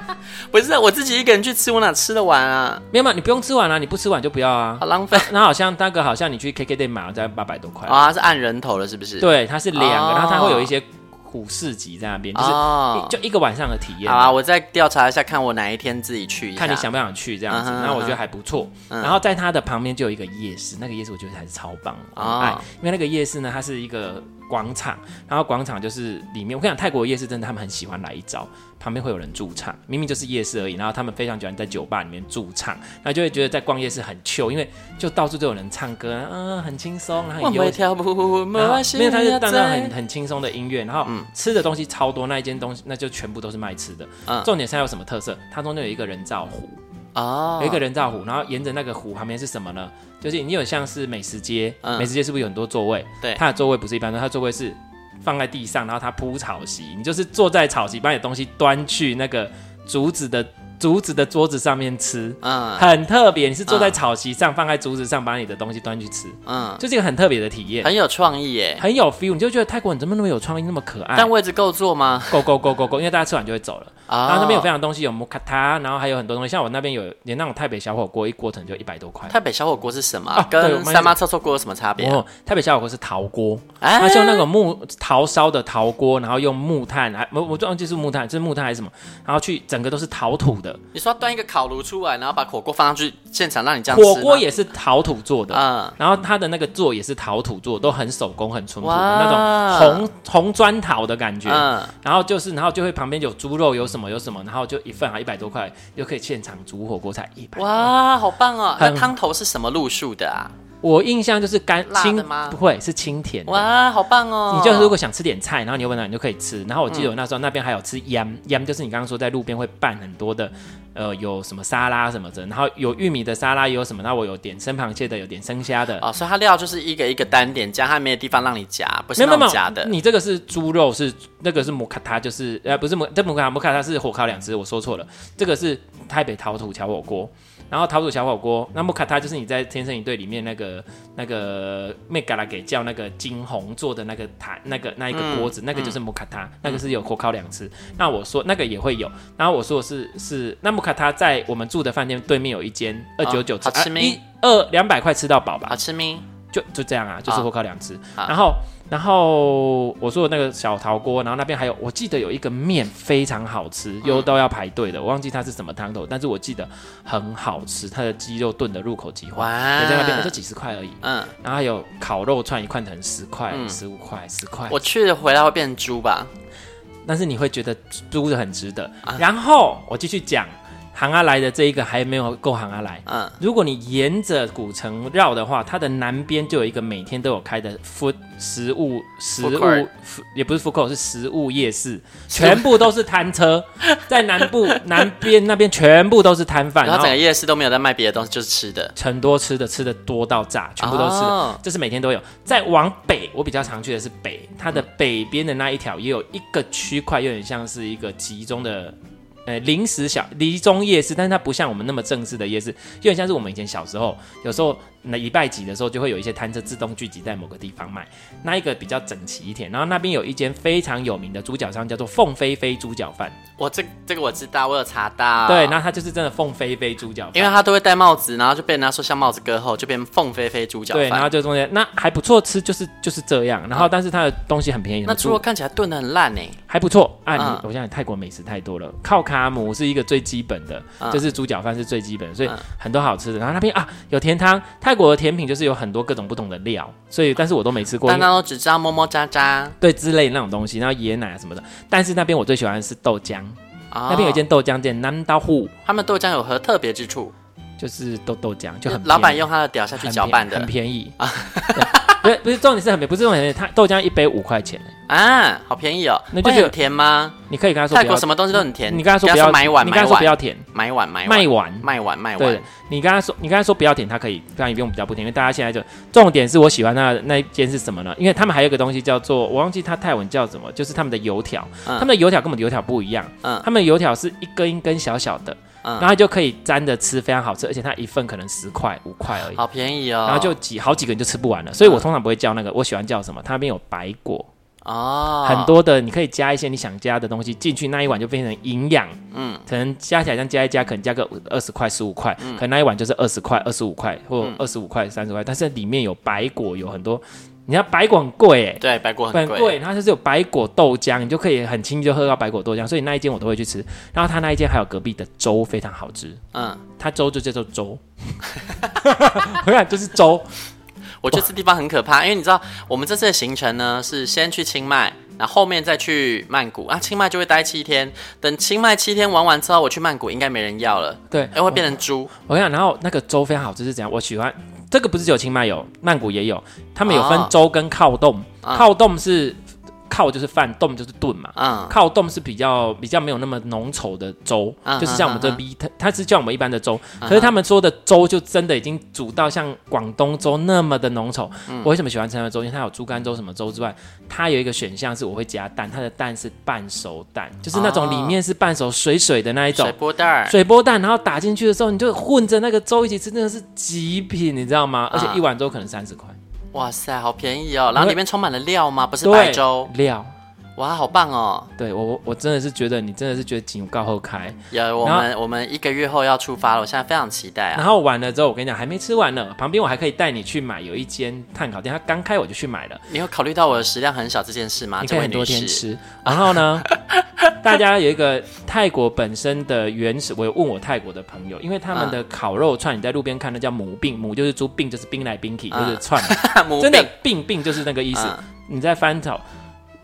B: 不是我自己一个人去吃，我哪吃得完啊？
C: 没有嘛，你不用吃完啊，你不吃完就不要啊
B: 好。 浪费哦
C: 那好像那个好像你去 KK 店买，要在八百多块。
B: 啊！它是按人头了是不是？，
C: 对，它是两个，
B: 哦
C: 然后它会有一些虎市集在那边，就是、
B: 哦，
C: 就一个晚上的体验。
B: 好啊，我再调查一下，看我哪一天自己去一下。
C: 看你想不想去这样子
B: 嗯，哼嗯
C: 那我觉得还不错。然后在它的旁边就有一个夜市，那个夜市我觉得还是超棒，我很
B: 哦
C: 爱。因为那个夜市呢，它是一个广场，然后广场就是里面，我跟你讲，泰国夜市真的他们很喜欢来一招，旁边会有人驻唱，明明就是夜市而已，然后他们非常喜欢在酒吧里面驻唱，那就会觉得在逛夜市很 chill，因为就到处都有人唱歌，嗯，很轻松，然后
B: 我
C: 很悠
B: 会
C: 闲。
B: 跳舞，没
C: 然后
B: 关系，
C: 没有，它就
B: 在
C: 当然很很轻松的音乐，然后吃的东西超多，那一间东西那就全部都是卖吃的。
B: 嗯
C: 重点是它有什么特色？它中间有一个人造湖，
B: 哦，
C: 有一个人造湖，然后沿着那个湖旁边是什么呢？就是你有像是美食街，
B: 嗯
C: 美食街是不是有很多座位？
B: 对
C: 它的座位不是一般的，它的座位是放在地上，然后它铺草席，你就是坐在草席，把你的东西端去那个竹子的竹子的桌子上面吃，
B: 嗯
C: 很特别。你是坐在草席上，放在竹子上，把你的东西端去吃，
B: 嗯，
C: 就是一个很特别的体验，
B: 很有创意耶。
C: 很有 feel。你就觉得泰国人怎么那么有创意，那么可爱？
B: 但位置够坐吗？
C: 够够够够够，因为大家吃完就会走了。
B: 啊
C: 然后那边有非常多东西，有摩卡塔，然后还有很多东西，像我那边有连那种台北小火锅，一锅可能就一百多块。
B: 台北小火锅是什么
C: 啊
B: 啊？
C: 对我
B: 跟
C: 们
B: 三妈臭臭锅有什么差别啊？
C: 哦，台北小火锅是陶锅，
B: 哎
C: 它是用那种木陶烧的陶锅，然后用木炭，还我我忘记是木炭，是木炭还是什么，然后去整个都是陶土的，
B: 你说要端一个烤炉出来，然后把火锅放上去，现场让你这样吃吗
C: 火锅也是陶土做的，
B: 嗯
C: 然后它的那个座也是陶土做，都很手工很淳朴的
B: 哇
C: 那种红红砖陶的感觉，
B: 嗯
C: 然后就是然后就会旁边有猪肉有什么有什么，然后就一份啊一百多块，又可以现场煮火锅才一百。
B: 哇，好棒哦！那
C: 很
B: 汤头是什么路数的啊？
C: 我印象就是干
B: 辣的
C: 清
B: 吗
C: 不会是清甜的。
B: 哇，好棒哦！
C: 你就是如果想吃点菜，然后你又问到，你就可以吃。然后我记得
B: 嗯
C: 我那时候那边还有吃腌腌，就是你刚刚说在路边会拌很多的，呃，有什么沙拉什么的，然后有玉米的沙拉，也有什么？那我有点生螃蟹的，有点生虾的。
B: 哦，所以它料就是一个一个单点加，它没有地方让你夹，不
C: 没
B: 是
C: 有没有
B: 那
C: 嗯没
B: 种夹的
C: 有，。你这个是猪肉，是那个是摩卡塔，就是呃不是摩，这摩卡摩卡塔是火烤两只，我说错了，这个是台北陶土小火锅。然后陶土小火锅，那摩卡塔就是你在《天生一对》里面那个那个麦嘎拉给叫那个金红做的那个塔那个那一个
B: 嗯
C: 锅子，那个就是摩卡塔，那个是有火烤两次。那我说那个也会有，然后我说的是是那摩卡塔在我们住的饭店对面有一间二九九，
B: 哦好吃
C: 啊
B: 咩
C: 一二两百块吃到饱吧
B: 好，吃咪？
C: 就就这样啊，就是火烤两只。
B: 啊
C: 然后然后我说的那个小陶锅，然后那边还有，我记得有一个面非常好吃，
B: 嗯
C: 又都要排队的，我忘记它是什么汤头，但是我记得很好吃，它的鸡肉炖的入口即化，
B: 哇
C: 也在那边就几十块而已。
B: 嗯，
C: 然后还有烤肉串一块，可能十块、十五块、十块。
B: 我去了回来会变猪吧？
C: 但是你会觉得租的很值得。
B: 啊
C: 然后我继续讲，行阿来的这一个还没有够行阿来。
B: 嗯
C: 如果你沿着古城绕的话，它的南边就有一个每天都有开的 food 食物食
B: Food
C: 物
B: court
C: 也不是 food court 是食物夜市， 全部都是摊车，在南部南边那边全部都是摊贩，
B: 然
C: 然
B: 后
C: 后
B: 整个夜市都没有在卖别的东西，就是吃的。
C: 很多吃的吃的多到炸，全部都吃的
B: 哦
C: 这是每天都有。再往北，我比较常去的是北，它的北边的那一条也有一个区块，有点像是一个集中的。呃，临时小离中夜市，但是它不像我们那么正式的夜市，有点像是我们以前小时候，有时候那礼拜几的时候，就会有一些摊车自动聚集在某个地方卖，那一个比较整齐一点。然后那边有一间非常有名的猪脚商，叫做凤飞飞猪脚饭，
B: 我这这个我知道，我有查到。
C: 对，那它就是真的凤飞飞猪脚饭，
B: 啊因为他都会戴帽子，然后就被人家说像帽子割后，就变凤飞飞猪脚
C: 对，然后
B: 饭。
C: 就中间那还不错吃，就是就是这样。然后但是它的东西很便宜，
B: 啊那
C: 很
B: 猪肉
C: 多
B: 看起来炖的很烂欸呢。
C: 还不错啊！你
B: 嗯
C: 我想泰国美食太多了，靠卡姆是一个最基本的，就是猪脚饭是最基本的，所以
B: 嗯
C: 很多好吃的。然后那边啊有甜汤，泰国的甜品就是有很多各种不同的料，所以但是我都没吃过。
B: 但
C: 因为
B: 他都只知道么么喳喳。
C: 对之类的那种东西，然后椰奶啊什么的，但是那边我最喜欢的是豆浆，
B: 那
C: 那边有一间豆浆店南刀户，
B: 哦他们豆浆有何特别之处？
C: 就是豆豆浆就很
B: 老板
C: 便宜
B: 用他的屌下去
C: 很
B: 搅拌
C: 便很
B: 的
C: 便宜啊，对 不是不是重点是很便宜，不是重点是它豆浆一杯五块钱，
B: 啊，好便宜哦。
C: 那就
B: 会
C: 觉得
B: 很甜吗？
C: 你可以跟他说
B: 泰
C: 不要
B: 国什么东西都很甜。
C: 你刚才说
B: 不
C: 不
B: 要
C: 要
B: 说买碗，
C: 你刚
B: 买
C: 才说不要
B: 碗，
C: 舔，
B: 买碗，买
C: 卖
B: 碗，
C: 完。
B: 卖碗，卖
C: 对
B: 碗。，
C: 你刚才说，你刚才说不要舔，它可以，当然也不用比较不舔，因为大家现在就重点是我喜欢它的那一间是什么呢？因为他们还有一个东西叫做，我忘记它泰文叫什么，就是他们的油条，
B: 嗯
C: 他们的油条跟我们的油条不一样，
B: 嗯
C: 他们的油条是一根一根小小的，
B: 嗯
C: 然后就可以沾着吃，非常好吃，而且它一份可能十块五块而已，
B: 好便宜哦。
C: 然后就几好几个人就吃不完了，所以我通常不会叫那个，我喜欢叫什么？它那边有白果，
B: 哦，
C: 很多的，你可以加一些你想加的东西进去，那一碗就变成营养。嗯，可能加起来这样加一加，可能加个二十块、十五块，嗯可能那一碗就是二十块、二十五块或二十五块、三十块，但是里面有白果，有很多。你看百果很贵哎、
B: 对，白果很
C: 很
B: 贵，
C: 贵，它就是有百果豆浆，你就可以很轻易就喝到百果豆浆，所以那一间我都会去吃。然后它那一间还有隔壁的粥非常好吃，
B: 嗯，
C: 它粥就叫做粥， 我看就是粥，
B: 我觉得这地方很可怕，因为你知道我们这次的行程呢是先去清迈，然后后面再去曼谷啊，清迈就会待七天，等清迈七天玩完之后，我去曼谷应该没人要了，哎
C: 对
B: 因为会变成猪，
C: 我跟你讲，然后那个粥非常好吃是怎样？我喜欢这个不是只有清迈有，曼谷也有，他们有分
B: 哦
C: 粥跟靠冻，
B: 啊
C: 靠冻是靠就是饭，冻就是炖嘛。
B: 嗯，
C: 靠冻是比较比较没有那么浓稠的粥，
B: 嗯
C: 就是像我们这
B: 嗯嗯
C: B，它它是叫我们一般的粥，
B: 嗯
C: 可是他们说的粥就真的已经煮到像广东粥那么的浓稠。
B: 嗯
C: 我为什么喜欢吃它的粥？因为它有猪肝粥什么粥之外，它有一个选项是我会加蛋，它的蛋是半熟蛋，就是那种
B: 哦
C: 里面是半熟水水的那一种
B: 水。波蛋儿，
C: 水波蛋，然后打进去的时候，你就混着那个粥一起吃，真的是极品，你知道
B: 啊
C: 吗？而且一碗粥可能三十块，
B: 哇塞，好便宜哦，然后里面充满了料吗？不是
C: 对
B: 白粥，
C: 料。
B: 哇，好棒哦，
C: 对我，我我真的是觉得你真的是觉得井告后开，
B: 有我们我们一个月后要出发了，我现在非常期待
C: 然
B: 啊，
C: 后完了之后，我跟你讲还没吃完呢，旁边我还可以带你去买，有一间炭烤店，它刚开我就去买了，
B: 你有考虑到我的食量很少这件事吗？
C: 你可
B: 啊这
C: 以
B: 位
C: 很多
B: 女
C: 天
B: 士，
C: 吃。然后 呢，大家有一个泰国本身的原始，我有问我泰国的朋友，因为他们
B: 啊
C: 的烤肉串，你在路边看那叫母病，母就是猪病，就是冰来冰去，
B: 啊
C: 就是串。
B: 母
C: 真的
B: 病
C: 病病就是那个意思。
B: 嗯
C: 你在翻炒，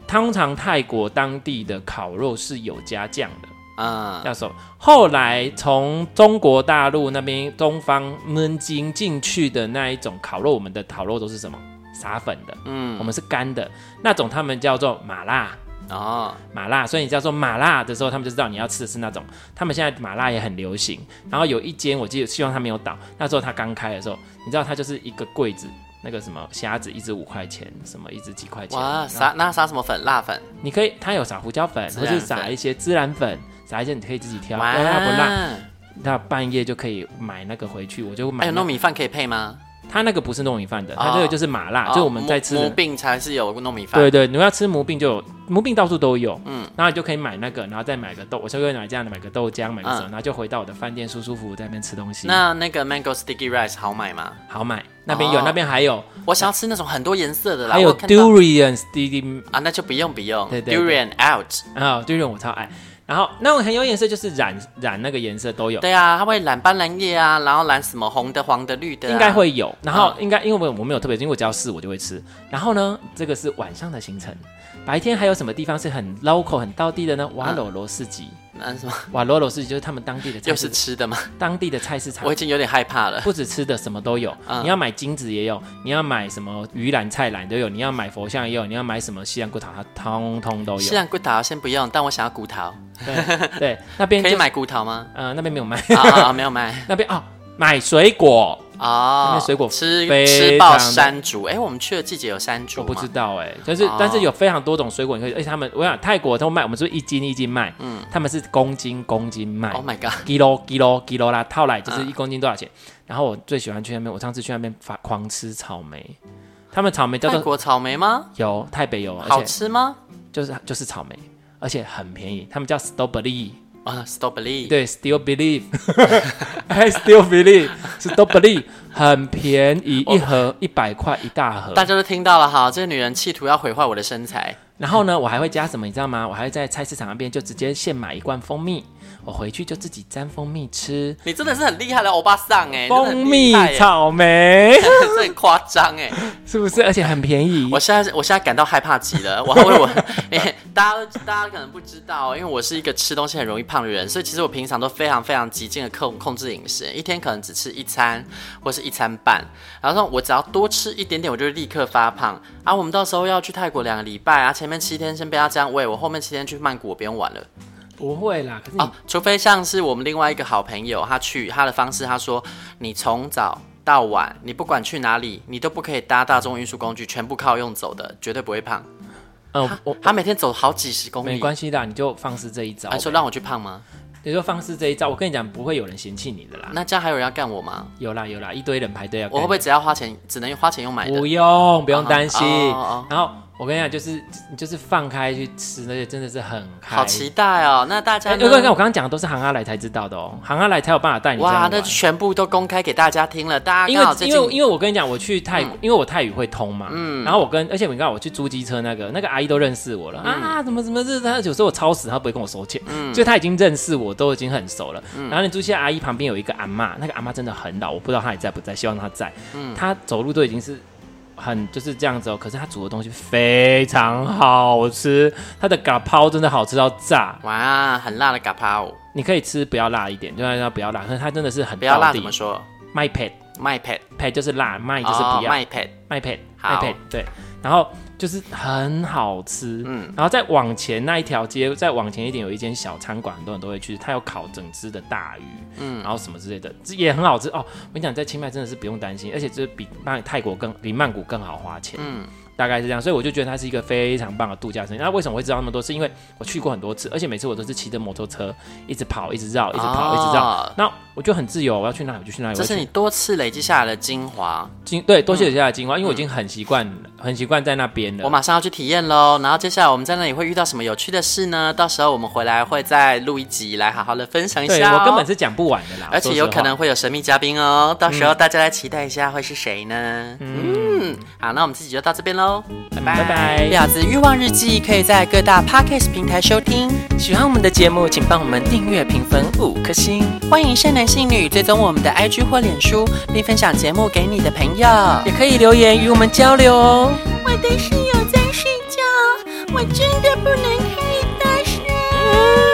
C: 通常泰国当地的烤肉是有加酱的，
B: 嗯
C: 叫什么？后来从中国大陆那边东方焖京进去的那一种烤肉，我们的烤肉都是什么？撒粉的，
B: 嗯
C: 我们是干的那种，他们叫做麻辣。
B: 哦，
C: 麻辣，所以你叫做麻辣的时候，他们就知道你要吃的是那种。他们现在麻辣也很流行，然后有一间我记得，希望他没有倒。那时候他刚开的时候，你知道他就是一个柜子，那个什么虾子一只五块钱，什么一只几块钱。
B: 哇，
C: 哇，
B: 撒那撒什么粉？辣粉，
C: 你可以，他有撒胡椒粉，
B: 孜
C: 或
B: 然
C: 是
B: 粉
C: 撒一些孜然粉，撒一些你可以自己挑，
B: 哇，
C: 要辣不
B: 啊
C: 辣？那半夜就可以买那个回去，我就
B: 还
C: 买、
B: 有
C: 那
B: 哎糯米饭可以配吗？
C: 他那个不是糯米饭的，
B: 哦
C: 啊他这个就是麻辣，
B: 哦
C: 就我们在
B: 母
C: 吃
B: 母
C: 的。
B: 病才是有糯米饭。
C: 对对，你要吃母饼就有母饼到处都有，嗯
B: 嗯，
C: 然后你就可以买那个，然后再买个豆，我就会买这样的，买个豆浆，买个什么，
B: 嗯
C: 然后就回到我的饭店，舒舒服服在那边吃东西。
B: 那那个 mango sticky rice 好买吗？
C: 好买，那边有，
B: 哦
C: 那边还有，
B: 我想要吃那种很多颜色的啦。
C: 还
B: 我
C: 有
B: 看到
C: durian steam
B: 啊，那就不用不用
C: 对对对
B: ，durian out。
C: 啊，durian 我超爱。然后那种很有颜色，就是染染那个颜色都有，
B: 对啊，它会染斑斓叶啊，然后染什么红的、黄的、绿的啊，
C: 应该会有。然后
B: 嗯
C: 应该因为我我没有特别，因为我只要试我就会吃。然后呢，这个是晚上的行程，白天还有什么地方是很 local 很道地的呢？瓦罗罗市集，
B: 那什么，
C: 瓦罗罗市集就是他们当地的菜
B: 嗯又是
C: 市，
B: 吃的吗？
C: 当地的菜市场
B: 我已。经有点害怕 了。
C: 不止吃的，什么都有。
B: 嗯
C: 你要买金子也有，你要买什么鱼篮、菜篮都有，你要买佛像也有，你要买什么西洋骨头，它通通都
B: 虽
C: 有。
B: 然骨头先不用，但我想要骨头，
C: 对对，那边
B: 可
C: 就
B: 以
C: 是，
B: 买骨 头吗？
C: 呃，那边没有卖，
B: 啊啊，啊没有买
C: 那边哦，买水果，那
B: 哦
C: 边。水果
B: 吃
C: 非
B: 吃爆
C: 常的
B: 山竹，哎，我们去的季节有山
C: 我
B: 竹
C: 不
B: 吗
C: 知？道哎、就是、
B: 哦
C: 但是有非常多种水果，你可以，而且哎他们，我想泰国他们卖，我们是不是一斤一斤卖？嗯，他们是公斤公斤卖。
B: Oh my god！
C: kilo kilo kilo 啦，套
B: 嗯
C: 来就是一公斤多少钱？然后我最喜欢去那边，我上次去那边发狂吃草莓，他们草莓叫
B: 泰
C: 做
B: 国草莓吗？
C: 有台北有，而
B: 好
C: 且
B: 吃吗？
C: 就是就是草莓，而且很便宜，他们叫 Still Believe，
B: 啊，stop believe。
C: 对，Still Believe，I Still Believe，Still Believe，很便宜，一
B: 哦
C: 盒一百块一大盒。
B: 大家都听到了哈，这个女人企图要毁坏我的身材，
C: 然后呢，我还会加什么，你知道吗？我还会在菜市场那边就直接现买一罐蜂蜜，我回去就自己沾蜂蜜吃。
B: 你真的是很厉害的欧巴桑哎、真的
C: 蜂
B: 很
C: 蜜
B: 厉害欸，
C: 草莓
B: 这很夸张哎！
C: 是不是？而且很便宜
B: 我。现在我现在感到害怕极了，我还为我， 因为大家都大家可能不知道，因为我是一个吃东西很容易胖的人，所以其实我平常都非常非常极尽的控控制饮食，一天可能只吃一餐或是一餐半，然后我只要多吃一点点，我就立刻发胖啊！我们到时候要去泰国两个礼拜啊，前面七天先不要这样喂，我后面七天去曼谷我不用玩了。
C: 不会啦，可是你、
B: 啊，除非像是我们另外一个好朋友，他去他的方式，他说你从早到晚，你不管去哪里，你都不可以搭大众运输工具，全部靠用走的，绝对不会胖。
C: 嗯，我
B: 他每天走好几十公里，
C: 没关系啦，你就放肆这一招
B: 还。说让我去胖吗？
C: 你就放肆这一招，我跟你讲，不会有人嫌弃你的啦。
B: 那这样还有人要干我吗？
C: 有啦有啦，一堆人排队要跟
B: 我会不会只要花钱，只能花钱用买
C: 不
B: 的？
C: 用，不用担心。
B: 哦哦哦
C: 然后我跟你讲，就是你就是放开去吃那些，真的是很开
B: 好期待哦！那大家
C: 哎，
B: 呢
C: 对，那我刚刚讲的都是行阿来才知道的哦，行阿来才有办法带你这样
B: 哇，
C: 玩
B: 那就全部都公开给大家听了，大家
C: 因
B: 啊刚好
C: 为
B: 最
C: 因为
B: 近嗯
C: 因为我跟你讲，我去泰，因为我泰语会通嘛，然后我跟，而且我你看我去租机车那个那个阿姨都认识我
B: 嗯
C: 了、啊，怎么怎么这她有时候我超时，她不会跟我收钱，所以她已经认识我，都已经很熟了。
B: 嗯
C: 然后你租机车阿姨旁边有一个阿嬷，那个阿嬷真的很老，我不知道她还在不在，希望她在。
B: 嗯
C: 她走路都已经是。很就是这样子哦，可是她煮的东西非常好吃，她的嘎抛真的好吃到炸。
B: 哇，很辣的嘎趴哦，
C: 你可以吃不要辣一点，就算要不要辣，可是它真的是很
B: 不要
C: 道
B: 辣
C: 地
B: 怎么说？
C: 麦片
B: 麦 pad
C: 配就是辣，麦就是
B: 哦
C: 不要，
B: 麦 pad，
C: 麦片，
B: 好
C: 麦片，对，然后就是很好吃，嗯，然后再往前那一条街，再往前一点有一间小餐馆，很多人都会去，它有烤整只的大鱼，嗯，然后什么之类的，这也很好吃哦。我跟你讲，在清迈真的是不用担心，而且这比曼泰国更比曼谷更好花钱，嗯。大概是这样，所以我就觉得它是一个非常棒的度假胜地。那为什么会知道那么多？是因为我去过很多次，而且每次我都是骑着摩托车一直跑，一直绕，一直跑，一直绕
B: 哦。
C: 那我就很自由，我要去哪里我就去哪里。
B: 这
C: 哎我
B: 是
C: 去
B: 你多次累积下来的精华，
C: 精对多谢有下的精华，因为我已经很习惯、很习惯在那边了。
B: 嗯我马上要去体验喽。然后接下来我们在那里会遇到什么有趣的事呢？到时候我们回来会再录一集来好好的分享一
C: 对
B: 下、哦。
C: 我根本是讲不完的啦，
B: 而且有可能
C: 说
B: 会有神秘嘉宾哦，到时候
C: 嗯
B: 大家来期待一下会是谁呢？嗯，好，那我们自己就到这边喽，拜
C: 拜
B: 拜
C: 拜
B: 婊子欲望日记可以在各大 podcast 平台收听，
D: 喜欢我们的节目，请帮我们订阅、评分五颗星。
B: 欢迎善男信女追踪我们的 IG 或脸书，并分享节目给你的朋友。
D: 也可以留言与我们交流哦。
E: 我的室友在睡觉，我真的不能开大声。